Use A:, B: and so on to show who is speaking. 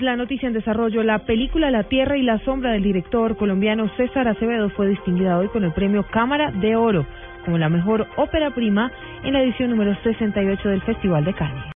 A: La noticia en desarrollo, la película La Tierra y la Sombra del director colombiano César Acevedo fue distinguida hoy con el premio Cámara de Oro como la mejor ópera prima en la edición número 68 del Festival de Cannes.